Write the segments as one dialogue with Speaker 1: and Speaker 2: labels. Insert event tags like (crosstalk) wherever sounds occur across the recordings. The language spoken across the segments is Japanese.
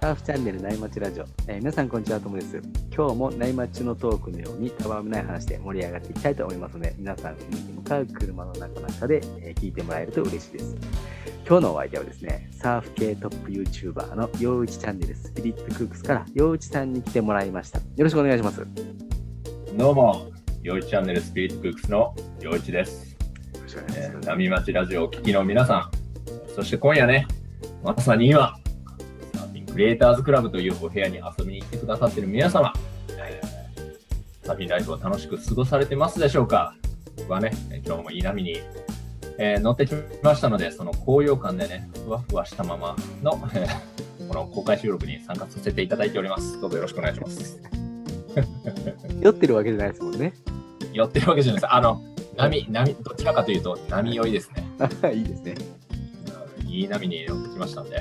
Speaker 1: ハーフチャンネル内町ラジオ、えー皆さんこんにちはともです今日も内町のトークのようにたわむない話で盛り上がっていきたいと思いますので皆さんに向かう車の中の中で、えー聞いてもらえると嬉しいです今日のお相手はですねサーフ系トップ YouTuber の陽一チャンネルスピリットクークスから陽一さんに来てもらいましたよろしくお願いしますよ
Speaker 2: どうも、よいちチャンネルスピリットクックスのよいちです。
Speaker 1: ろしくお
Speaker 2: えー、波町ラジオをお聞きの皆さん、そして今夜ね、まさに今、サーフィンクリエイターズクラブというお部屋に遊びに来てくださっている皆様、えーサーフィンライフを楽しく過ごされてますでしょうか僕はね、えー今日もいい波に、えー乗ってきましたので、その高揚感でね、ふわふわしたままの、えーこの公開収録に参加させていただいております。どうぞよろしくお願いします。
Speaker 1: 酔ってるわけじゃないですもんね (laughs)
Speaker 2: 寄ってるわけじゃないです。あの、波、波、どちらかというと、波酔いですね。
Speaker 1: いいですね
Speaker 2: いい波に寄ってきましたんで。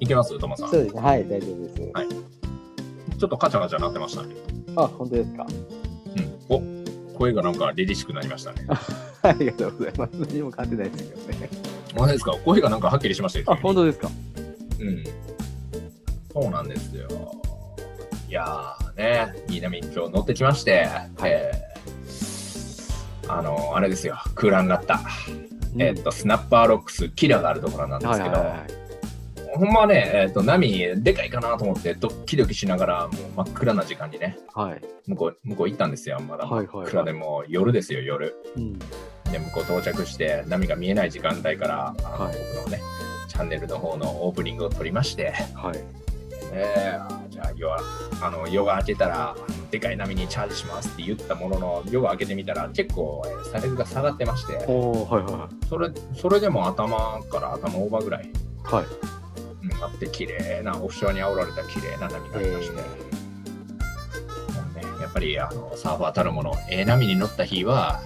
Speaker 2: いけますトマさん。ち
Speaker 1: そう
Speaker 2: ょ
Speaker 1: ですねはい大丈夫です、
Speaker 2: はいっとカチャカチャなってましたね。
Speaker 1: あ本当ですか
Speaker 2: うん。お声がなんか凛々しくなりましたね。
Speaker 1: ありがとうございます何も変わってないですけどね
Speaker 2: 本当ですか声がなんかはっきりしましたよ。
Speaker 1: あ本当ですか
Speaker 2: うん。そうなんですよ。いやーね、いい波に今日乗ってきまして、えーあの、あれですよ、空欄になった。えーっと、スナッパーロックス、キラがあるところなんで
Speaker 1: はい
Speaker 2: す
Speaker 1: は
Speaker 2: け
Speaker 1: い
Speaker 2: ど、
Speaker 1: はい
Speaker 2: ほんまはね、えーっと、波、でかいかなと思って、ドッキドキしながら、もう真っ暗な時間にね、
Speaker 1: はい
Speaker 2: 向こう、向こう行ったんですよ、まだ。
Speaker 1: はいはいはい
Speaker 2: 暗でもう夜ですよ、夜。
Speaker 1: うん
Speaker 2: で、向こう到着して、波が見えない時間帯から、あの
Speaker 1: はい
Speaker 2: 僕のね、チャンネルの方のオープニングを撮りまして、
Speaker 1: はい
Speaker 2: えーじゃあ夜はあの夜が明けたらでかい波にチャージしますって言ったものの夜が明けてみたら結構えーサイズが下がってまして
Speaker 1: おーはいはいはい
Speaker 2: それそれでも頭から頭オーバーぐらい
Speaker 1: はい。
Speaker 2: うんあって綺麗なオフショアに煽られた綺麗な波がありまして、もうねやっぱりあのサーファーたるものええ波に乗った日は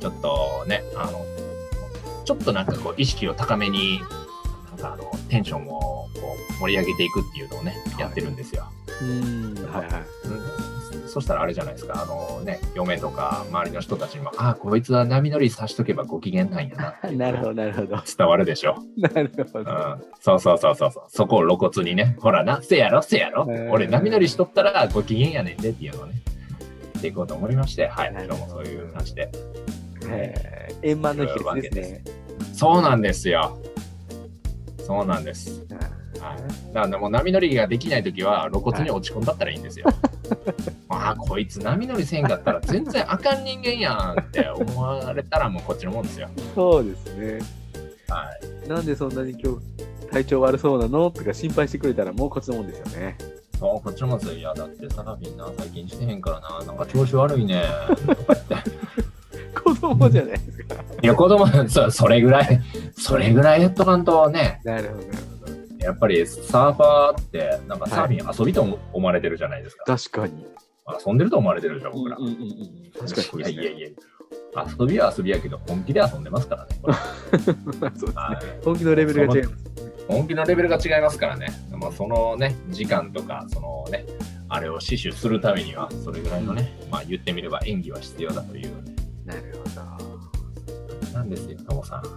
Speaker 2: ちょっとねあのちょっとなんかこう意識を高めになんかあのテンションをこう盛り上げていくっていうのをね、
Speaker 1: はい
Speaker 2: やってるんですよ。
Speaker 1: うん、はいはい。
Speaker 2: うんそしたらあれじゃないですか、あのね、嫁とか周りの人たちにも、ああ、こいつは波乗りさしとけばご機嫌なんやなって
Speaker 1: なるほど、なるほど。
Speaker 2: 伝わるでしょ。
Speaker 1: なるほ
Speaker 2: う
Speaker 1: ど。
Speaker 2: ん、そうそうそうそうそう、そこを露骨にね、ほらな、せやろ、せやろ、
Speaker 1: うん
Speaker 2: 俺波乗りしとったらご機嫌やねんでっていうのをね、やっていこうと思いまして、はい、
Speaker 1: な
Speaker 2: 今
Speaker 1: る
Speaker 2: 日
Speaker 1: ほど
Speaker 2: もそういう感じで。
Speaker 1: えー円満の秘訣ですね。
Speaker 2: そうなんですよ。そうなんです。はい、だからもう波乗りができない時は露骨に落ち込んだったらいいんですよ。 (laughs) ああこいつ波乗りせんかったら全然あかん人間やんって思われたらもうこっちのもんですよ。
Speaker 1: そうですね。
Speaker 2: は
Speaker 1: なんでそんなに今日体調悪そうなのとか心配してくれたらもうこっちのもんですよね。
Speaker 2: そうこっちのもんですよ。いやだってサラビンな最近してへんからななんか調子悪いねとか言って。
Speaker 1: 子供じゃ (laughs) ないですか。
Speaker 2: いや子供そそれぐらいそれぐらいやっとかんとね
Speaker 1: なるほど。
Speaker 2: やっぱりサーファーってなんかサーフィン遊びと思われてるじゃないですか。
Speaker 1: 確かに。
Speaker 2: 遊んでると思われてるじゃん僕ら。
Speaker 1: うんうんうんうん確かにそう
Speaker 2: い
Speaker 1: で
Speaker 2: や
Speaker 1: す
Speaker 2: いや
Speaker 1: ね。
Speaker 2: いや、遊びは遊びやけど、本気で遊んでますからね。これ
Speaker 1: (laughs) そうですね
Speaker 2: はい
Speaker 1: 本気のレベルが違います。
Speaker 2: 本気のレベルが違いますからね。まあ、そのね、時間とか、そのね、あれを死守するためには、それぐらいのね、まあ言ってみれば演技は必要だという。
Speaker 1: なるほ
Speaker 2: なんですよ、ともさん。
Speaker 1: ど。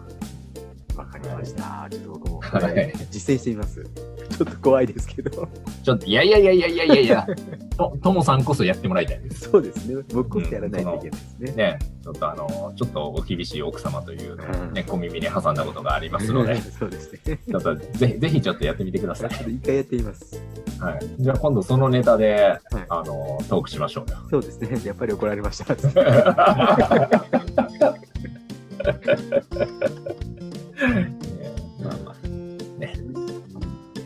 Speaker 1: わかりました。ちょっと僕も
Speaker 2: はい
Speaker 1: 実践してみます。 (laughs) ちょっと怖いですけど。
Speaker 2: ちょっと、いやいやいやいやいやいやいや、とともさんこそやってもらいたいです。
Speaker 1: そうですね。僕こそやらないといけないですね。
Speaker 2: ね、ちょっとあの、ちょっとお厳しい奥様というのを
Speaker 1: うん
Speaker 2: ね、小耳に挟んだことがありますので、
Speaker 1: (laughs) そうです
Speaker 2: (laughs)
Speaker 1: ね。
Speaker 2: ちょっとぜひ、ぜひちょっとやってみてくだ
Speaker 1: ちょ
Speaker 2: さ
Speaker 1: っ
Speaker 2: い。
Speaker 1: と一回やってみます。
Speaker 2: はい。じゃあ今度そのネタで、あの、トークしましょうよ。
Speaker 1: そうですね。やっぱり怒られ
Speaker 2: (laughs)
Speaker 1: ました。
Speaker 2: まあまあ、ね、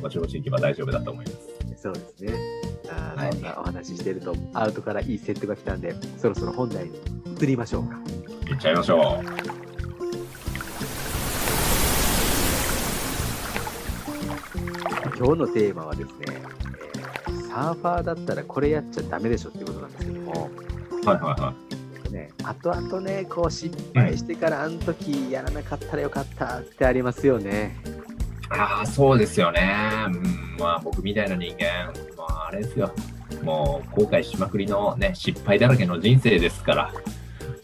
Speaker 2: ぼちぼち行けば大丈夫だと思います。
Speaker 1: そうですね。あー
Speaker 2: はい
Speaker 1: そんなお話ししてると、アウトからいいセットが来たんで、そろそろ本題に移りましょうか。
Speaker 2: 行っちゃいましょ
Speaker 1: 今日のテーマはですね、えーサーファーだったらこれやっちゃダメでしょっていうことなんですけども、
Speaker 2: う。はいはいは
Speaker 1: ね、後々ね、こう失敗してから、あの時やらなかったらよかったってありますよね。
Speaker 2: い。ああ、そうですよね。うん、まあ僕みたいな人間、まああれですよ。もう後悔しまくりのね、失敗だらけの人生ですから、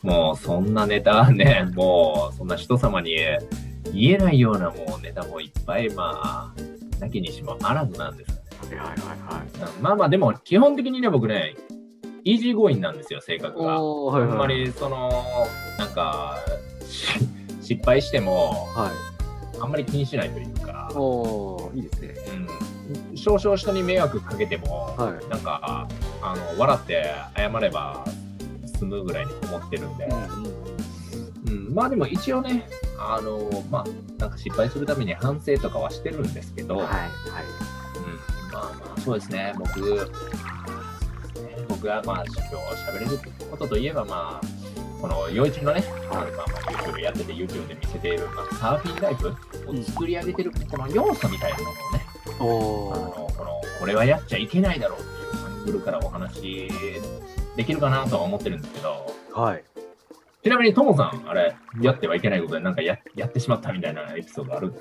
Speaker 2: もうそんなネタね、 (laughs) もうそんな人様に言えないようなもうネタもいっぱい、まあ、なきにしもあらずなんですよね。
Speaker 1: はいはいは
Speaker 2: うんまあまあ、でも基本的にね、僕ね、イージーゴーインなんですよ、性格が。
Speaker 1: おーはい
Speaker 2: あ
Speaker 1: はい
Speaker 2: んまりその、なんか、し失敗しても、
Speaker 1: はい
Speaker 2: あんまり気にしないというか、
Speaker 1: おーいいですね
Speaker 2: うん、少々人に迷惑かけても、
Speaker 1: はい
Speaker 2: なんかあの笑って謝れば済むぐらいに思ってるんで、うん、まあでも一応ねあのまあなんか失敗するために反省とかはしてるんですけど、
Speaker 1: はいはい
Speaker 2: うん、まあまあそうですね僕そうですね僕はまあ今日喋れることといえばまあこの陽一のね、まあまあ、YouTube やってて YouTube で見せている、まあ、サーフィンライフを作り上げてるこの要素みたいなものをね
Speaker 1: お
Speaker 2: あの
Speaker 1: ー
Speaker 2: このこれはやっちゃいけないだろうっていうアングルからお話できるかなとは思ってるんですけど
Speaker 1: はい
Speaker 2: ちなみにともさんあれやってはいけないことでなんかややってしまったみたいなエピソードある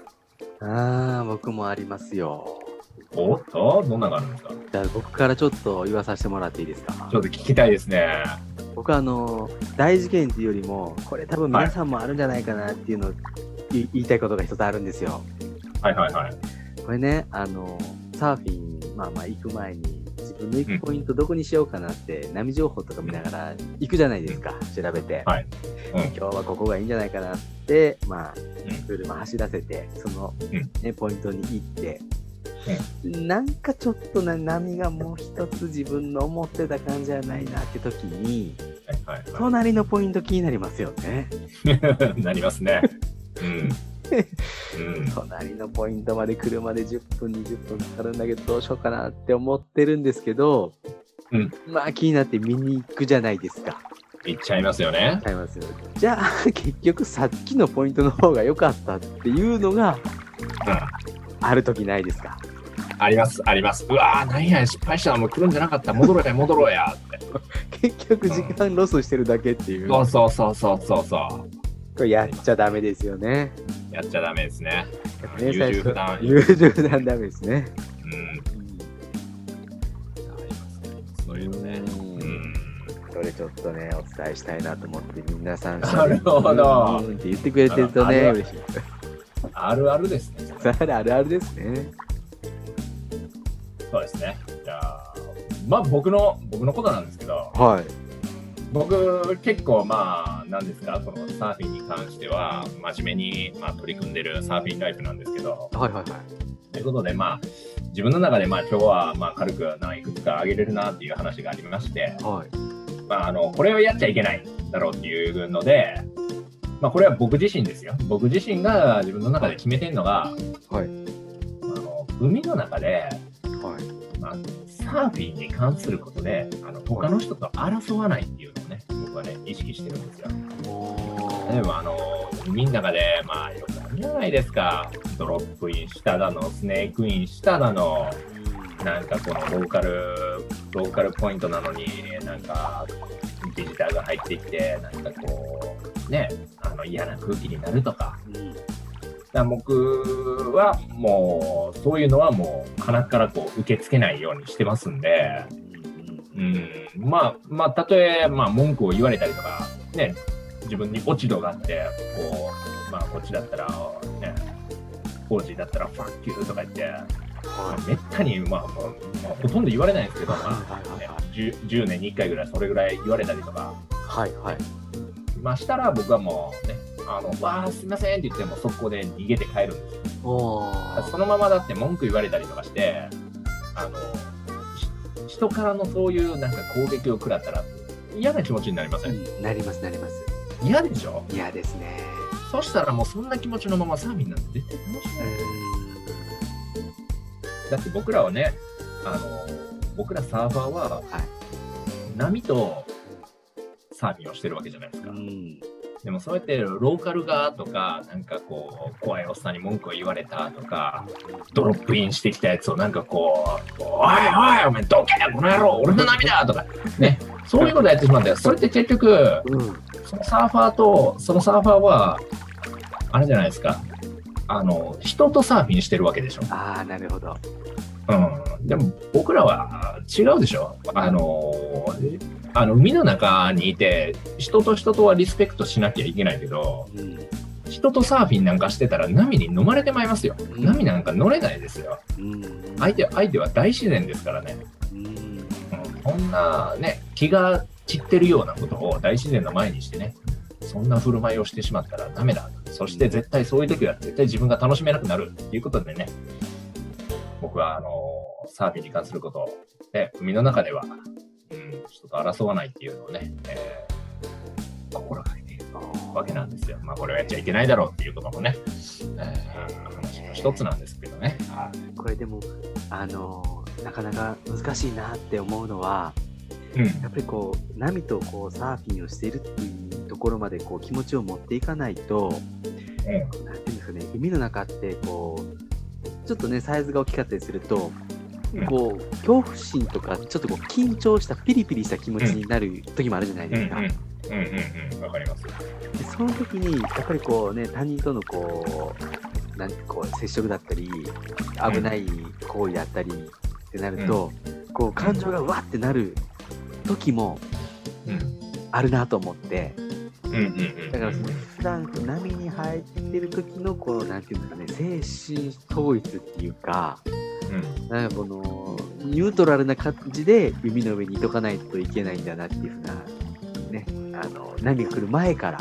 Speaker 1: あー僕もありますよ
Speaker 2: おっとどんなのがあるんですか
Speaker 1: じゃあ僕からちょっと言わさせてもらっていいですか
Speaker 2: ちょっと聞きたいですね
Speaker 1: 僕はあの大事件っていうよりもこれ多分皆さんもあるんじゃないかなっていうのをい言いたいことが一つあるんですよ
Speaker 2: はいはいはい
Speaker 1: これねあのサーフィン、まあ、まあ行く前に自分の行くポイントどこにしようかなって波情報とか見ながら行くじゃないですか調べて、
Speaker 2: はいうん
Speaker 1: 今日はここがいいんじゃないかなってまあ
Speaker 2: うん
Speaker 1: 車走らせてその、
Speaker 2: うん
Speaker 1: ねポイントに行って、なんかちょっとな波がもう一つ自分の思ってた感じじゃないなって時に
Speaker 2: はいはいは
Speaker 1: 隣のポイント気になりますよね
Speaker 2: い (laughs) なりますねうん、うん、
Speaker 1: 隣のポイントまで車で10分20分かかるんだけどどうしようかなって思ってるんですけど、
Speaker 2: うん
Speaker 1: まあ気になって見に行くじゃないですか
Speaker 2: いっちゃいますよね
Speaker 1: ちゃいますよじゃあ結局さっきのポイントの方が良かったっていうのが
Speaker 2: うん
Speaker 1: ある時ないですか
Speaker 2: ありますありますうわーなんや失敗したもう来るんじゃなかった戻ろうや戻ろうやって
Speaker 1: 結局時間ロスしてるだけっていう
Speaker 2: そう
Speaker 1: こ
Speaker 2: そうそうそうそうそう
Speaker 1: れやっちゃダメですよね
Speaker 2: やっちゃダメですね。優
Speaker 1: ね
Speaker 2: 柔不断。
Speaker 1: 優柔不断ダメですね
Speaker 2: うんそういうね。
Speaker 1: うん
Speaker 2: うん。
Speaker 1: それちょっとねお伝えしたいなと思って皆さん
Speaker 2: なるほど
Speaker 1: うんうんって言ってくれてるとね
Speaker 2: ああ
Speaker 1: 嬉しい
Speaker 2: あるあるですね。
Speaker 1: それあるあるですね。
Speaker 2: そうですね。じゃあ、まあ僕の、僕のことなんですけど、
Speaker 1: はい。
Speaker 2: 僕結構まあ、なんですか、そのサーフィンに関しては、真面目に、まあ、取り組んでるサーフィンライフなんですけど、
Speaker 1: はいはいはい。
Speaker 2: ということでまあ、自分の中でまあ今日はまあ軽くないくつかあげれるなっていう話がありまして、
Speaker 1: はい。
Speaker 2: まあ、あのこれをやっちゃいけないだろうっていうので、まあ、これは僕自身ですよ僕自身が自分の中で決めてるのが
Speaker 1: はい。
Speaker 2: あの海の中で
Speaker 1: はい。
Speaker 2: サーフィンに関することであの他の人と争わないっていうのをね僕はね意識してるんですよ例えばあの海の中でまあよくあるじゃないですかドロップインしただのスネークインしただのなんかこのローカル、ローカルポイントなのに、なんか、ビジターが入ってきて、なんかこう、ね、あの嫌な空気になるとか。だから僕はもう、そういうのはもう、鼻からこう、受け付けないようにしてますんで、うん、まあ、まあ、たとえ、まあ、文句を言われたりとか、ね、自分に落ち度があって、こう、まあ、こっちだったら、ね、コーチだったら、ファッキューとか言って、まあめったに、まあまあまあほとんど言われないんですけど、まあね、10, 10年に1回ぐらいそれぐらい言われたりとか、
Speaker 1: はいはい。
Speaker 2: まあ、したら僕はもうね「あのわあすいません」って言っても速攻で逃げて帰るんですよ
Speaker 1: お
Speaker 2: そのままだって文句言われたりとかしてあのし人からのそういうなんか攻撃を食らったら嫌な気持ちになりません
Speaker 1: なりますなります。
Speaker 2: 嫌でしょ
Speaker 1: 嫌ですね。
Speaker 2: そしたらもうそんな気持ちのままサーフィンなんて絶対楽しめないだって僕らはねあの僕らサーファーは波とサーフィンをしてるわけじゃないですか、
Speaker 1: ん。
Speaker 2: でもそうやってローカルがとかなんかこう怖いおっさんに文句を言われたとかドロップインしてきたやつをなんかこう「おいおいお前どけこの野郎俺の波だ!」とかねそういうことやってしまうんだよそれって結局
Speaker 1: うん。
Speaker 2: そのサーファーとそのサーファーはあれじゃないですかあの人とサーフィンしてるわけでしょ
Speaker 1: ああ、なるほど。
Speaker 2: うん、でも僕らは違うでしょあのあの海の中にいて人と人とはリスペクトしなきゃいけないけど
Speaker 1: うん
Speaker 2: 人とサーフィンなんかしてたら波に飲まれてまいりますよ、
Speaker 1: うん
Speaker 2: 波なんか乗れないですよ
Speaker 1: うん
Speaker 2: 相手相手は大自然ですからね、
Speaker 1: うん
Speaker 2: うん、こんなね気が散ってるようなことを大自然の前にしてねそんな振る舞いをしてしまったらダメだそして絶対そういう時は絶対自分が楽しめなくなるということでね僕はあのサーフィンに関することを、ね、海の中では、うん、人と争わないっていうのをね、えー心がけているわけなんですよ。まあこれはやっちゃいけないだろうっていうこともね、えー話の一つなんですけどね。
Speaker 1: これでもあのなかなか難しいなって思うのは
Speaker 2: うん
Speaker 1: やっぱりこう波とこうサーフィンをしているっていうところまでこう気持ちを持っていかないと
Speaker 2: う
Speaker 1: なんていうんですかね海の中ってこうちょっとねサイズが大きかったりすると
Speaker 2: うん
Speaker 1: こう恐怖心とかちょっとこう緊張したピリピリした気持ちになる時もあるじゃない
Speaker 2: んうん
Speaker 1: ですか。
Speaker 2: うんうんうんわかります。
Speaker 1: でその時にやっぱりこうね他人とのこうなんこう接触だったり危ない行為だったりってなると、こう感情がわってなる時も
Speaker 2: うん
Speaker 1: あるなと思って
Speaker 2: うんうんうん。
Speaker 1: だからその普段こう波に入ってる時のこうなんていうんですかね精神統一っていうか
Speaker 2: うん
Speaker 1: なんかこのニュートラルな感じで海の上にいとかないといけないんだなっていうふうな、ね、あの波が来る前から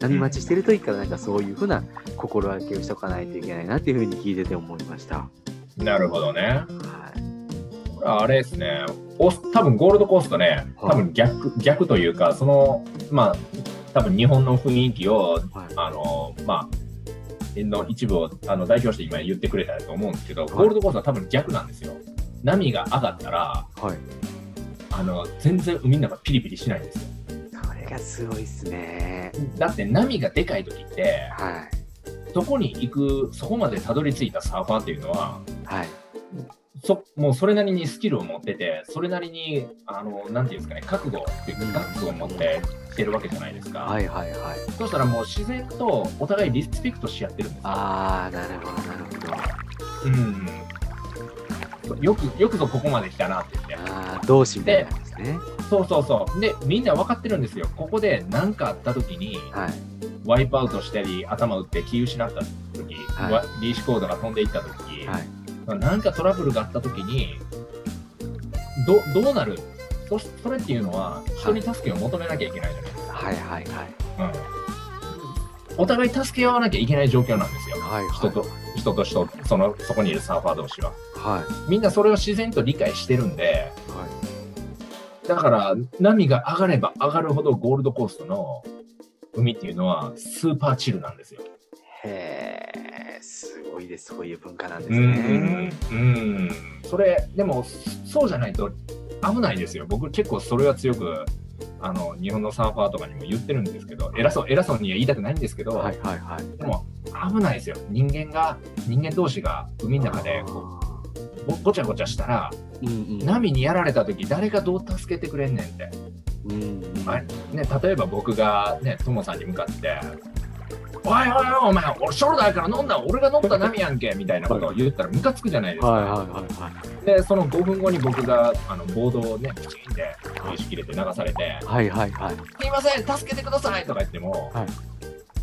Speaker 1: 波待ちしてる時からなんかそういうふうな心がけをしとかないといけないなっていうふうに聞いてて思いました。
Speaker 2: なるほどね。
Speaker 1: はい、
Speaker 2: これはあれですね。お多分ゴールドコーストね、
Speaker 1: はい
Speaker 2: 多分逆、逆というか、その、まあ、多分日本の雰囲気を、
Speaker 1: はい
Speaker 2: あの、まあ、の一部をあの代表して今言ってくれたと思うんですけど、
Speaker 1: い
Speaker 2: ゴールドコーストは多分逆なんですよ。波が上がったら、
Speaker 1: はい、
Speaker 2: あの全然海の中ピリピリしないんですよ。
Speaker 1: それがすごいですね。
Speaker 2: だって波がでかい時って、
Speaker 1: はい
Speaker 2: どこに行く、そこまでたどり着いたサーファーっていうのは、
Speaker 1: はい
Speaker 2: そもうそれなりにスキルを持ってて、それなりに、あのなんていうんですかね、覚悟っていうか、ガッツを持ってきてるわけじゃないですか、
Speaker 1: はいはいはい。
Speaker 2: そうしたらもう自然とお互いリスペクトし合ってるんですよ。
Speaker 1: ああなるほどなるほど。
Speaker 2: うんよくよくぞここまで来たなって言って、
Speaker 1: ああ同志みたいなんですね。
Speaker 2: そうそうそう、で、みんな分かってるんですよ、ここで何かあった時に、
Speaker 1: はい
Speaker 2: ワイプアウトしたり、頭打って気失った時、
Speaker 1: はい
Speaker 2: わリーシコードが飛んでいった時、
Speaker 1: はい
Speaker 2: なんかトラブルがあったときにど、どうなるそそれっていうのは、人に助けを求めなきゃいけないじゃないです
Speaker 1: はいはいはい
Speaker 2: か。うん、お互い助け合わなきゃいけない状況なんですよ。
Speaker 1: はい
Speaker 2: 人と人と人その、そこにいるサーファー同士は。
Speaker 1: はいはい
Speaker 2: みんなそれを自然と理解してるんで、だから波が上がれば上がるほどゴールドコーストの海っていうのはスーパーチルなんですよ。
Speaker 1: へえ、すごいです。そういう文化なんです
Speaker 2: う
Speaker 1: ね
Speaker 2: ん。うんそれでもそうじゃないと危ないですよ僕結構それは強くあの日本のサーファーとかにも言ってるんですけど偉そう偉そうには言いたくないんですけど、
Speaker 1: はいはいはい。
Speaker 2: でも危ないですよ人間が人間同士が海の中でこ
Speaker 1: あ
Speaker 2: うごごちゃごちゃしたら
Speaker 1: ーうんうん。
Speaker 2: 波にやられた時誰がどう助けてくれんねんって、
Speaker 1: うんうん。
Speaker 2: はいね、例えば僕がねトモさんに向かって「おいおいおいお前俺ショルダーから飲んだ俺が飲んだ波やんけ」みたいなことを言ったらムカつくじゃないですか。
Speaker 1: はいはいは
Speaker 2: で、その5分後に僕があのボードをね、プチンって、意識切れて流されて、
Speaker 1: いはい。はいはいはい。
Speaker 2: すいません、助けてくださいとか言っても、
Speaker 1: はい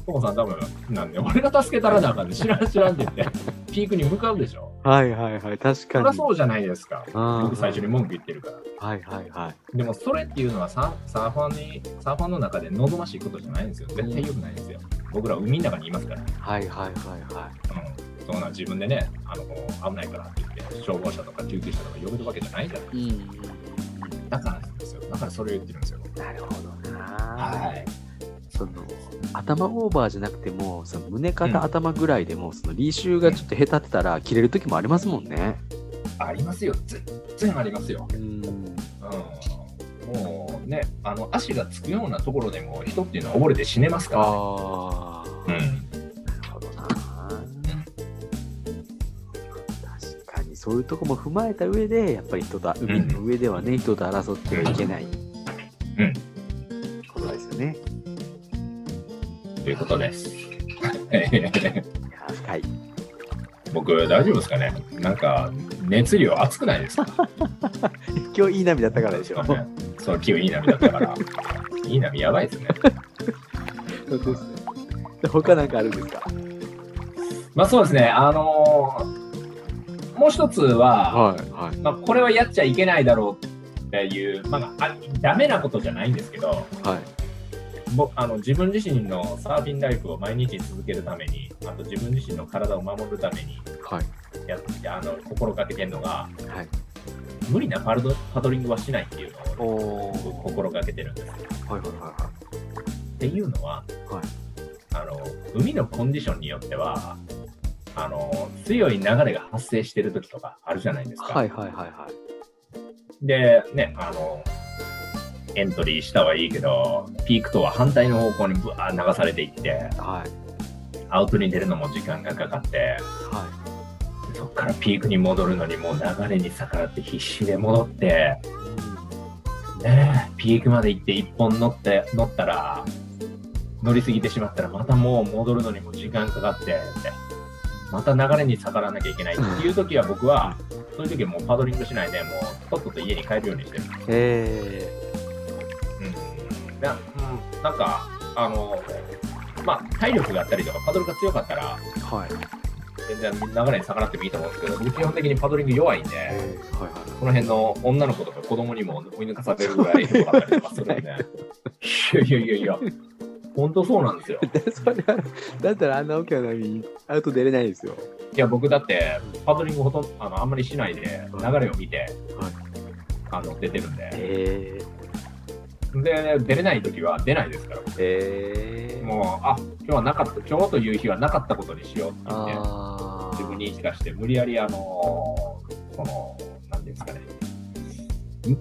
Speaker 2: トモさん、多分なんで、俺が助けたらなんかで、知らん知らんって言って、ピークに向かうでしょ。
Speaker 1: はいはいはい。確
Speaker 2: そ
Speaker 1: か
Speaker 2: りゃ
Speaker 1: に。
Speaker 2: そうじゃないですか。
Speaker 1: あー
Speaker 2: 僕、最初に文句言ってるから。
Speaker 1: はいはいはい。
Speaker 2: でも、それっていうのはササーファーに、サーファーの中で望ましいことじゃないんですよ。絶対良くないんですよ。僕ら海の中にいますから。
Speaker 1: はいはいはいはい。
Speaker 2: うん、そんな自分でね、あの危ないからって言って、消防車とか救急車とか呼べるわけじゃないじゃない。
Speaker 1: うんうん
Speaker 2: だからなんですよ。だからそれを言ってるんですよ。
Speaker 1: うん。なるほどな。
Speaker 2: はい。
Speaker 1: その頭オーバーじゃなくても、その胸
Speaker 2: うん
Speaker 1: 肩頭ぐらいでも、その履修がちょっと下手ってたら切れる時もありますもんね。
Speaker 2: ありますよ。全然ありますよ。
Speaker 1: うん。
Speaker 2: うん。もうね、あの足がつくようなところでも人っていうのは溺れて死ねますから、
Speaker 1: ああ。
Speaker 2: うん。
Speaker 1: なるほどな。確かにそういうとこも踏まえた上で、やっぱり人と海の上ではね、人と争ってはいけない。
Speaker 2: うん。
Speaker 1: ことですよね。
Speaker 2: ということです。
Speaker 1: い
Speaker 2: (laughs)
Speaker 1: やー、深い。
Speaker 2: 僕、大丈夫ですかねなんか、熱量熱くないですか
Speaker 1: 今日いい波だったからでしょ。
Speaker 2: そうねそう、キウイいい波だったから。いい波やばいですね。
Speaker 1: そうですね。で他なんかあるんですか。
Speaker 2: まあそうですね、あのーもう一つは、
Speaker 1: はいはい。
Speaker 2: まあ、これはやっちゃいけないだろうっていう、まあ、あダメなことじゃないんですけど、
Speaker 1: はい。
Speaker 2: 僕あの自分自身のサーフィンライフを毎日続けるために、あと自分自身の体を守るために
Speaker 1: はい。
Speaker 2: やあの心がけてるのが、
Speaker 1: はい。
Speaker 2: 無理なパルドパドリングはしないっていうの
Speaker 1: お
Speaker 2: を
Speaker 1: お
Speaker 2: 僕心がけてるんです。
Speaker 1: はいはいは
Speaker 2: っていうのは、
Speaker 1: はい
Speaker 2: あの海のコンディションによってはあの強い流れが発生してる時とかあるじゃないですか。
Speaker 1: はい。はいはいはいはい。
Speaker 2: でねあのエントリーしたはいいけどピークとは反対の方向にぶわー流されていって
Speaker 1: はい。
Speaker 2: アウトに出るのも時間がかかって
Speaker 1: は
Speaker 2: そっからピークに戻るのにもう流れに逆らって必死で戻って、
Speaker 1: い。
Speaker 2: ねえ、ピークまで行って1本乗って乗ったら乗り過ぎてしまったらまたもう戻るのにも時間かかってってまた流れに逆らわなきゃいけないっていう時は僕はそういう時はもうパドリングしないでもうとっとと家に帰るようにしてる。
Speaker 1: え
Speaker 2: うんなうんなんか、あの、まあ、体力があったりとか、パドルが強かったら、
Speaker 1: えはい。
Speaker 2: 全然流れに逆らってもいいと思うんですけど、僕基本的にパドリング弱いん
Speaker 1: え
Speaker 2: で、
Speaker 1: ー、はいはい。
Speaker 2: この辺の女の子とか子供にも追い抜かされるぐらい弱かったりとかするんで、い (laughs) やいやいやいや、本当そうなんですよ。 (laughs)
Speaker 1: で (laughs) それはだったらあんな大きな波にアウト出れないですよ。
Speaker 2: いや、僕だって、パドリングほとんどあのあんまりしないで、流れを見て、
Speaker 1: はい
Speaker 2: あの出てるんで、
Speaker 1: え
Speaker 2: で、出れないときは出ないですから、
Speaker 1: えええ
Speaker 2: もう、あ今日はなかった、今日という日はなかったことにしようって言って。
Speaker 1: ああ。
Speaker 2: 自分に言い聞かして無理やりあのその何ですかね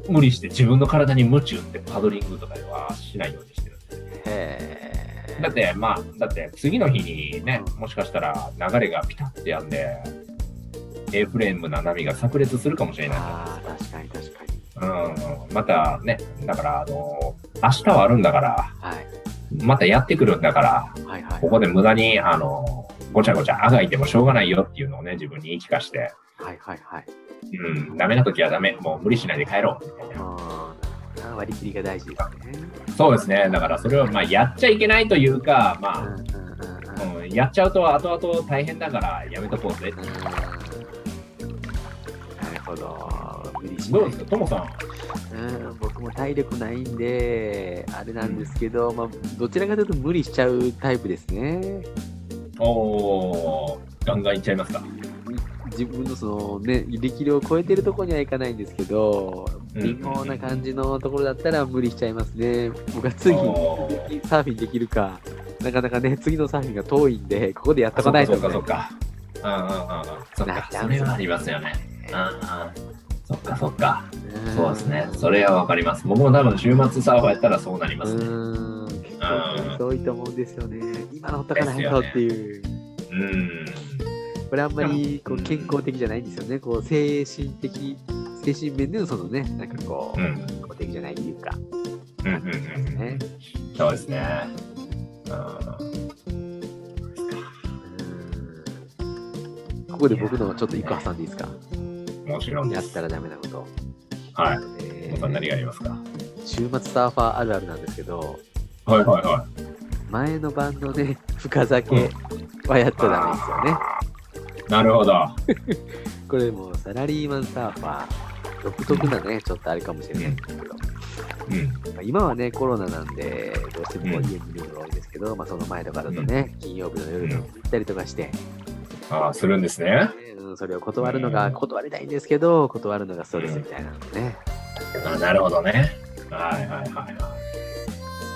Speaker 2: む無理して自分の体に夢中ってパドリングとかではしないようにしてるんです
Speaker 1: へえ
Speaker 2: だってまあだって次の日にね
Speaker 1: うん
Speaker 2: もしかしたら流れがピタッてやんで A フレームな波が炸裂するかもしれないじゃ
Speaker 1: ああ、確かに確かに。
Speaker 2: ないですか、うん、またねだからあの明日はあるんだから
Speaker 1: はい。
Speaker 2: またやってくるんだから
Speaker 1: はいはい。
Speaker 2: ここで無駄にあのごちゃごちゃあがいてもしょうがないよっていうのをね自分に言い聞かして
Speaker 1: はいはいはい。
Speaker 2: うん、ダメな時はダメ、もう無理しないで帰ろうみたいな。
Speaker 1: ああ、なるほどな割り切りが大事ですね。
Speaker 2: そうですね、だからそれはまあやっちゃいけないというか、
Speaker 1: うんうん
Speaker 2: ま
Speaker 1: うんうん
Speaker 2: あ、うん、やっちゃうと後々大変だからやめとこうぜ
Speaker 1: う。ーんなるほど。無理し
Speaker 2: ど
Speaker 1: な
Speaker 2: うで
Speaker 1: い
Speaker 2: す。か、ともさん。
Speaker 1: うん、僕も体力ないんで、あれなんですけど、まあ、どちらかというと無理しちゃうタイプですね。
Speaker 2: おー、ガンガンいっちゃいますか。
Speaker 1: 自分のそのね、力量を超えてるところにはいかないんですけど、
Speaker 2: うん
Speaker 1: 微妙な感じのところだったら無理しちゃいますね。僕は次、
Speaker 2: おー
Speaker 1: サーフィンできるか、なかなかね、次のサーフィンが遠いんで、ここでやっと
Speaker 2: そ
Speaker 1: か
Speaker 2: っ
Speaker 1: ない
Speaker 2: か
Speaker 1: と
Speaker 2: そ
Speaker 1: ね、
Speaker 2: っかそっか。うんうんうんうん。そっ
Speaker 1: なっ
Speaker 2: か
Speaker 1: ち、ゃう
Speaker 2: それはありますよね。うんうん。そっかそっか。
Speaker 1: ん
Speaker 2: そうですね。それはわかります。僕も多分週末サーファーやったらそうなり
Speaker 1: う
Speaker 2: ますね。
Speaker 1: ーん、結構遠いと思うんですよね。今のほったかないとっていう。
Speaker 2: うん。
Speaker 1: これあんまりこ
Speaker 2: う
Speaker 1: うん健康的じゃないんですよね。こう精神的、精神面でのそのね、なんかこ
Speaker 2: う
Speaker 1: う、
Speaker 2: ん。
Speaker 1: 健康的じゃないっていうか、
Speaker 2: うんうんうんうん。
Speaker 1: ね。
Speaker 2: そうですね。うん
Speaker 1: うんここで僕のちょっと一個挟んでいいですか
Speaker 2: もちろんで
Speaker 1: やっ
Speaker 2: す。
Speaker 1: たらダメなこと。
Speaker 2: はい。
Speaker 1: え
Speaker 2: おさん何がありますか。
Speaker 1: ー週末サーファーあるあるなんですけど、
Speaker 2: はいはいは
Speaker 1: 前の晩のね、 (laughs) 深酒はやっちゃダメですよね。
Speaker 2: い。なるほど。は
Speaker 1: これもうサラリーマンサーファー、独特なね、ちょっとあれかもしれないんですけど、
Speaker 2: い。うん。
Speaker 1: まあ今はね、コロナなんで、どうしても家にいるのが多いんですけど、まあ、その前とかだとね、金曜日の夜に行ったりとかして、
Speaker 2: ああ、するんですね。
Speaker 1: ねうんそれを断るのが、断りたいんですけど、断るのがストレスみたいなのね、
Speaker 2: あなるほどね。はいはいはいはい。
Speaker 1: そ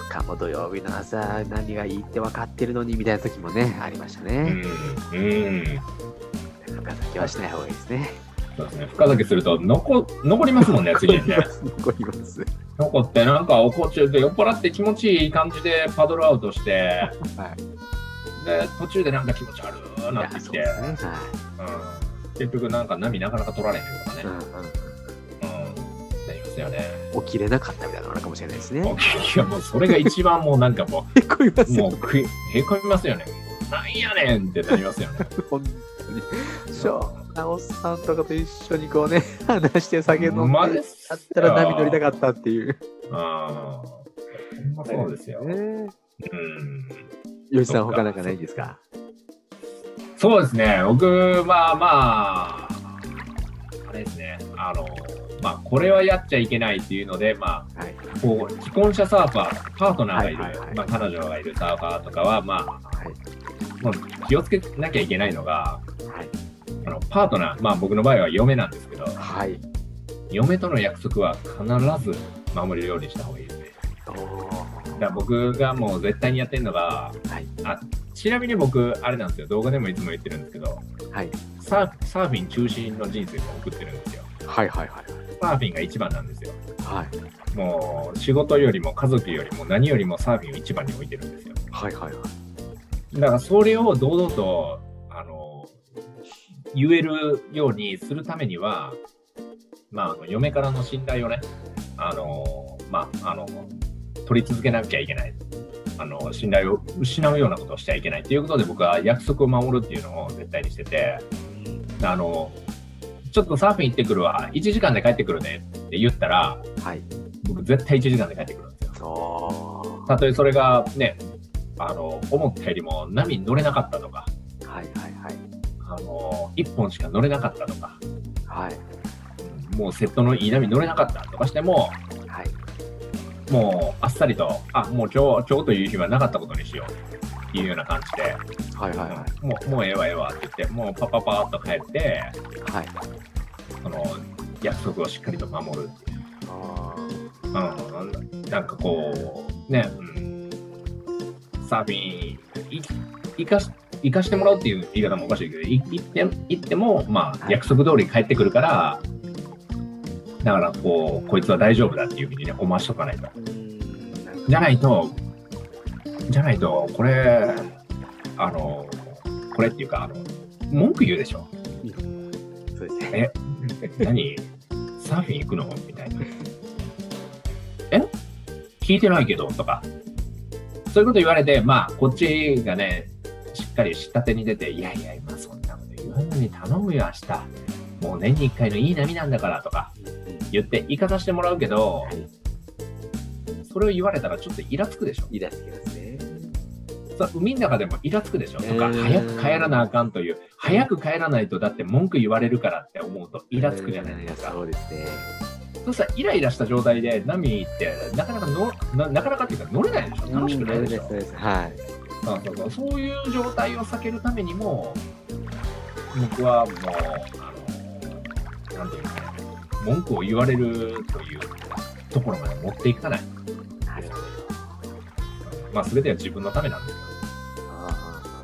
Speaker 1: っかもう土曜日の朝、何がいいって分かってるのにみたいな時もね、ありましたね。
Speaker 2: うん。うん。
Speaker 1: 深酒はしない方がいいですね。
Speaker 2: そうですね。深酒すると、残、残りますもん
Speaker 1: (laughs)
Speaker 2: ね、次にね。
Speaker 1: 残ります。
Speaker 2: 残って、なんか、怒っちゃうと、酔っ払って気持ちいい感じでパドルアウトして。
Speaker 1: はい
Speaker 2: で、途中でなんか気持ち悪ー
Speaker 1: い
Speaker 2: な
Speaker 1: や
Speaker 2: ってき
Speaker 1: そう
Speaker 2: て。
Speaker 1: で
Speaker 2: う
Speaker 1: すね。は
Speaker 2: ん。結局、なんか、波なかなか取られへんとか
Speaker 1: い。うんうんうん
Speaker 2: ね。うん。なりますよね。
Speaker 1: 起きれなかったみたいなのあるかもしれないですね。
Speaker 2: いや、もう、それが一番もう、なんかも
Speaker 1: (laughs)
Speaker 2: う。
Speaker 1: へこみます
Speaker 2: も
Speaker 1: よ
Speaker 2: う。くいへこみますよね。なんやねんってなりますよね。
Speaker 1: 本に。しょうもないおっさんとかと一緒にこうね、話して酒飲
Speaker 2: ほん
Speaker 1: ん
Speaker 2: ま
Speaker 1: で
Speaker 2: で、
Speaker 1: だ
Speaker 2: す
Speaker 1: ったら波乗りた
Speaker 2: っ
Speaker 1: かったっていう。
Speaker 2: た。ああ。ほんまそうですよ。
Speaker 1: ね
Speaker 2: うん。
Speaker 1: 吉さん、他なんかないですか
Speaker 2: そうですね、僕はまあ、あれですね、あの、まあ、これはやっちゃいけないっていうので、ま
Speaker 1: はい。
Speaker 2: あ、こう、既婚者サーファー、パートナーがいる、
Speaker 1: はいはいはい
Speaker 2: まあ、彼女がいるサーファーとかは、ま
Speaker 1: はい。
Speaker 2: あ、もう気をつけなきゃいけないのが、
Speaker 1: はい。
Speaker 2: あのパートナー、まあ、僕の場合は嫁なんですけど、
Speaker 1: はい。
Speaker 2: 嫁との約束は必ず守れるようにした方がいいですね。
Speaker 1: お
Speaker 2: だ
Speaker 1: ー
Speaker 2: から僕がもう絶対にやってるのが、
Speaker 1: はい。
Speaker 2: あちなみに僕、あれなんですよ、動画でもいつも言ってるんですけど、
Speaker 1: はい。
Speaker 2: サーサーフィン中心の人生を送ってるんですよ。
Speaker 1: はい。はい。はい。
Speaker 2: サーフィンが一番なんですよ。
Speaker 1: はい。
Speaker 2: もう仕事よりも家族よりも何よりもサーフィンを一番に置いてるんですよ。
Speaker 1: はい。はい。
Speaker 2: だからそれを堂々とあの言えるようにするためには、まああの、嫁からの信頼をね、あのまあ、あの取り続けなきゃいけない。あの信頼を失うようなことをしちゃいけないということで僕は約束を守るっていうのを絶対にしててあのちょっとサーフィン行ってくるわ1時間で帰ってくるねって言ったら
Speaker 1: はい。
Speaker 2: 僕絶対1時間で帰ってくるんですよ
Speaker 1: そ
Speaker 2: たとえそれがねあの思ったよりも波に乗れなかったとか
Speaker 1: う。はい。はい。はい。
Speaker 2: あの1本しか乗れなかったとか
Speaker 1: はい。
Speaker 2: もうセットのいい波に乗れなかったとかしても
Speaker 1: はい。
Speaker 2: もうあっさりとあもう今日今日という日はなかったことにしようっていうような感じで、
Speaker 1: はい。はい。はい。
Speaker 2: もうもうええわええわって言ってもうパパパッと帰って
Speaker 1: はい。
Speaker 2: その約束をしっかりと守るっていう
Speaker 1: あー
Speaker 2: うん、なんかこう、ね、うん、サーフィン、い生かし、生かしてもらうっていう言い方もおかしいけど、い行って、行っても、ま
Speaker 1: は
Speaker 2: あ、
Speaker 1: い
Speaker 2: 約束通り帰ってくるから、だから、こう、こいつは大丈夫だっていうふうにね、思わしとかないと。
Speaker 1: うーんなんか
Speaker 2: じゃないと、じゃないと、これ、あの、これっていうか、あの、文句言うでしょ。
Speaker 1: そうですね。
Speaker 2: え、何サーフィン行くのみたいな。え聞いてないけどとか。そういうこと言われて、まあ、こっちがね、しっかり仕立てに出て、いやいや、今そんなこと言わんのに頼むよ、明日。もう年に1回のいい波なんだからとか言って、行かさせてもらうけど、
Speaker 1: はい
Speaker 2: それを言われたらちょっとイラつくでしょ。
Speaker 1: いい出してきますね。
Speaker 2: さ海の中でもイラつくでしょとか、
Speaker 1: えー
Speaker 2: 早く帰らなあかんという、早く帰らないとだって文句言われるからって思うとイラつくじゃないですか。
Speaker 1: そうですね。
Speaker 2: そしたらイライラした状態で波ってなかなかのななかなかっていうか乗れないでしょ楽しくないでしょ、
Speaker 1: そうです。はい。
Speaker 2: そうそうそうそういう状態を避けるためにも僕はもうあのなんていうかね文句を言われるというところまで持っていかない、
Speaker 1: なるほど。
Speaker 2: まあ、全ては自分のためなんです
Speaker 1: あ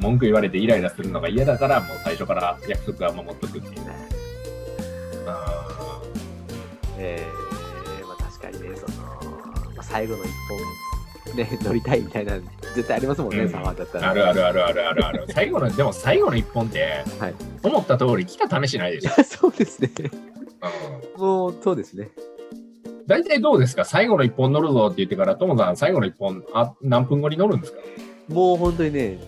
Speaker 2: 文句言われてイライラするのが嫌だからもう最初から約束は守っとくっていう
Speaker 1: ー
Speaker 2: ねあ
Speaker 1: えー、まあ確かにね、その、まあ、最後の一本、ね、乗りたいみたいな、絶対ありますもんね、
Speaker 2: うん
Speaker 1: サワーだった
Speaker 2: ー
Speaker 1: ら。
Speaker 2: あるあるあるあるあるある最後のでも最後の一本って
Speaker 1: はい
Speaker 2: 思った通り来た試しないでしょ、
Speaker 1: (laughs) そうですね。
Speaker 2: うん
Speaker 1: もう、そうですね。
Speaker 2: 大体どうですか最後の一本乗るぞって言ってから、トモさん、最後の一本、あ、何分後に乗るんですか
Speaker 1: もう本当にね、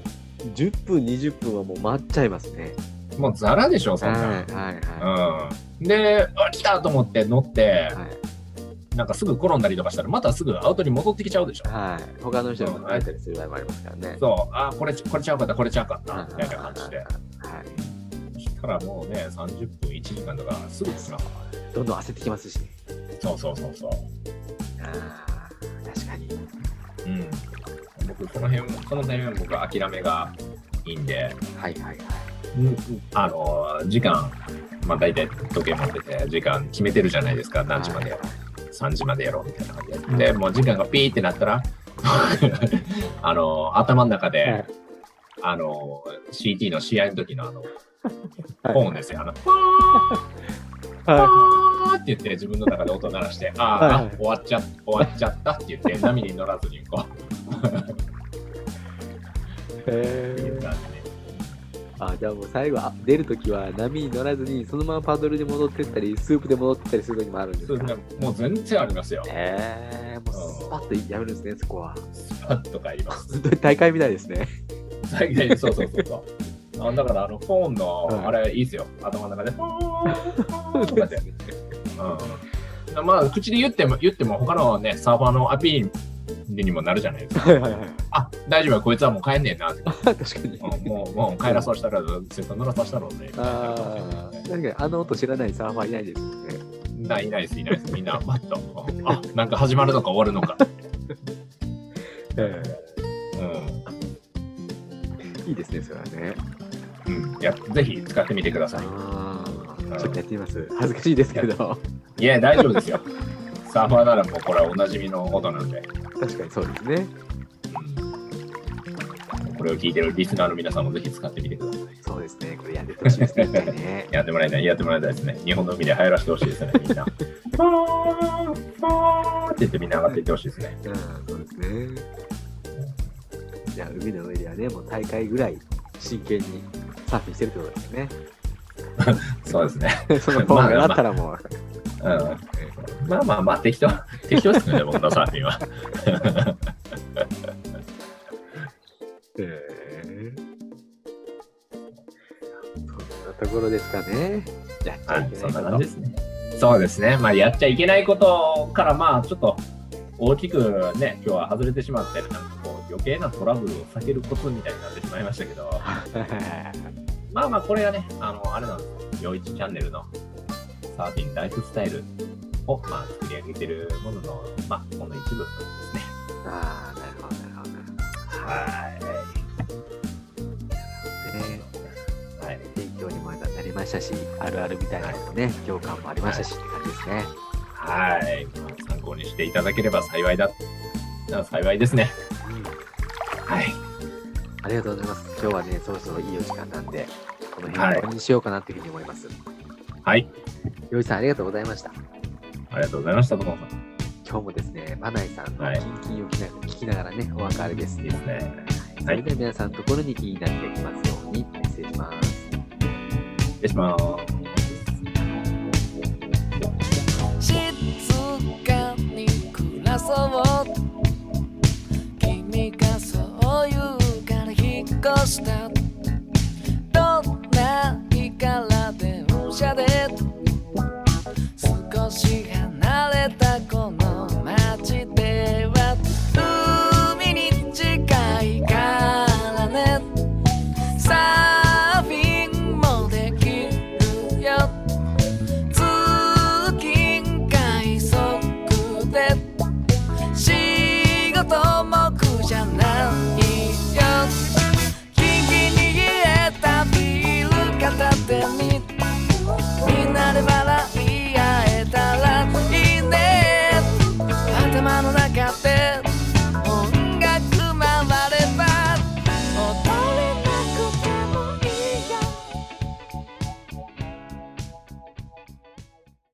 Speaker 1: 10分、20分はもう待っちゃいますね。
Speaker 2: もうザラでしょ、そんなん。
Speaker 1: い、はい、は
Speaker 2: うん。で、あ、来たと思って乗って
Speaker 1: い。、はい
Speaker 2: なんかすぐ転んだりとかしたら、またすぐアウトに戻ってきちゃうでしょ。
Speaker 1: はい、他の人にも慣れたりする場合もありますからね。
Speaker 2: そう、あ、これ、これちゃうかった、これちゃうかった、
Speaker 1: はい
Speaker 2: みたいな感じで。
Speaker 1: はい、
Speaker 2: そしたらもうね、30分、1時間とか、すぐ来ますからね。
Speaker 1: どんどん焦ってきますし。
Speaker 2: そうそうそうそう。
Speaker 1: あー確かに。
Speaker 2: うん。僕、この辺、その辺、僕は諦めがいいんで、
Speaker 1: はいはいはい。
Speaker 2: あの時間、まあ、大体時計持ってて時間決めてるじゃないですか何時までやろう3時までやろうみたいな感じでやってでもう時間がピーってなったら (laughs) あの頭の中で、
Speaker 1: はい
Speaker 2: あの CT の試合の時のあの
Speaker 1: はい
Speaker 2: ホーンですよ
Speaker 1: (laughs)
Speaker 2: あのパ
Speaker 1: は
Speaker 2: ーって言って自分の中で音鳴らしてあー、
Speaker 1: はいはい
Speaker 2: あ終わっちゃ終わっちゃったって
Speaker 1: (laughs)
Speaker 2: 言って波に乗らずにこう
Speaker 1: い。
Speaker 2: いう感
Speaker 1: あじゃあもう最後あ出るときは波に乗らずにそのままパドルで戻ってったりスープで戻ってったりするときもあるんで
Speaker 2: じ
Speaker 1: す
Speaker 2: で、
Speaker 1: か
Speaker 2: ね、もう全然ありますよ
Speaker 1: えー、もうスパッとやめるんですねそこは
Speaker 2: (laughs) スパッと帰ります
Speaker 1: 本当に大会みたいですね
Speaker 2: 最近、そうそうそうそう。あだから、あの、フォン
Speaker 1: は
Speaker 2: の、
Speaker 1: い
Speaker 2: あれ、いいですよ。頭の中で、
Speaker 1: (laughs)
Speaker 2: フォンとかで。うん。まあ、口で言っても、言っても、他のね、サーファーのアピールにもなるじゃな
Speaker 1: (laughs)
Speaker 2: いですか。
Speaker 1: はいはいはい。
Speaker 2: あ、大丈夫、こいつはもう帰んねえなって。
Speaker 1: 確かに。
Speaker 2: うんもう、もう帰らそうしたら、絶対乗らさせたろうね。
Speaker 1: ああ、確かにあの音知らないサーファーいないですよね。
Speaker 2: ない、いないです、いないです。みんな、パッと。あ、なんか始まるのか終わるのか。
Speaker 1: え
Speaker 2: う
Speaker 1: えいいですね、それはね。
Speaker 2: ん。うん。いや、ぜひ使ってみてください。
Speaker 1: ああ、ちょっとやってみます。恥ずかしいですけど、
Speaker 2: いや、大丈夫ですよ。サーファーならもうこれはおなじみの音なんで、
Speaker 1: 確かにそうですね。
Speaker 2: うんこれを聞いてるリスナーの皆さんもぜひ使ってみてください。
Speaker 1: そうですね、これやってほしいですね。一回ね
Speaker 2: やってもらいたい、やってもらいたいですね。日本の海で流行らせてほしいですね、みんな。って言ってみんな上がっていってほしいですね。
Speaker 1: (laughs) うん、そうですね。じゃあ、海の上ではね、もう大会ぐらい真剣にサーフィンしてるってことです (laughs) ね。
Speaker 2: そうですね。
Speaker 1: そのパワーがあったらもう、
Speaker 2: うん。まあまあまあ、適当、適当ですね、僕のサーフィンは。
Speaker 1: ええそんなところですかね。やっちゃ
Speaker 2: はいい、
Speaker 1: け
Speaker 2: そ
Speaker 1: ない
Speaker 2: ん
Speaker 1: こ
Speaker 2: な
Speaker 1: と (laughs)
Speaker 2: 感じですね。そうですね。まあ、やっちゃいけないことから、まあ、ちょっと大きくね、今日は外れてしまって、なんかこう、余計なトラブルを避けるコツみたいになってしまいましたけど、まあまあ、これがね、あの、あれなんですよ。陽一チャンネルのサーフィンライフスタイルを、まあ、作り上げてるものの、まあ、ほんの一部ですね。
Speaker 1: ああ、なるほど、なるほど。
Speaker 2: はい。
Speaker 1: ね、
Speaker 2: はい。
Speaker 1: 勉強にもなりましたし、あるあるみたいなのもね、共感もありましたし、って感じですね。
Speaker 2: はい。まあ参考にしていただければ幸いだ。幸いですね。
Speaker 1: うん
Speaker 2: はい。
Speaker 1: ありがとうございます。今日はね、そろそろいいお時間なんで、この辺
Speaker 2: は
Speaker 1: はい終わりにしようかなというふうに思います。
Speaker 2: はい。
Speaker 1: よいさん、ありがとうございました。
Speaker 2: ありがとうございました、どうも。
Speaker 1: 今日もですね、マナイさんの
Speaker 2: はい
Speaker 1: キンキンを聞きな聞きながらね、お別れです
Speaker 2: いい。ですね。
Speaker 1: それでは皆さんのところに気になっていきますように、失礼します。
Speaker 2: 失礼します。
Speaker 3: 静かに暮らそう君がそう言うから引っ越した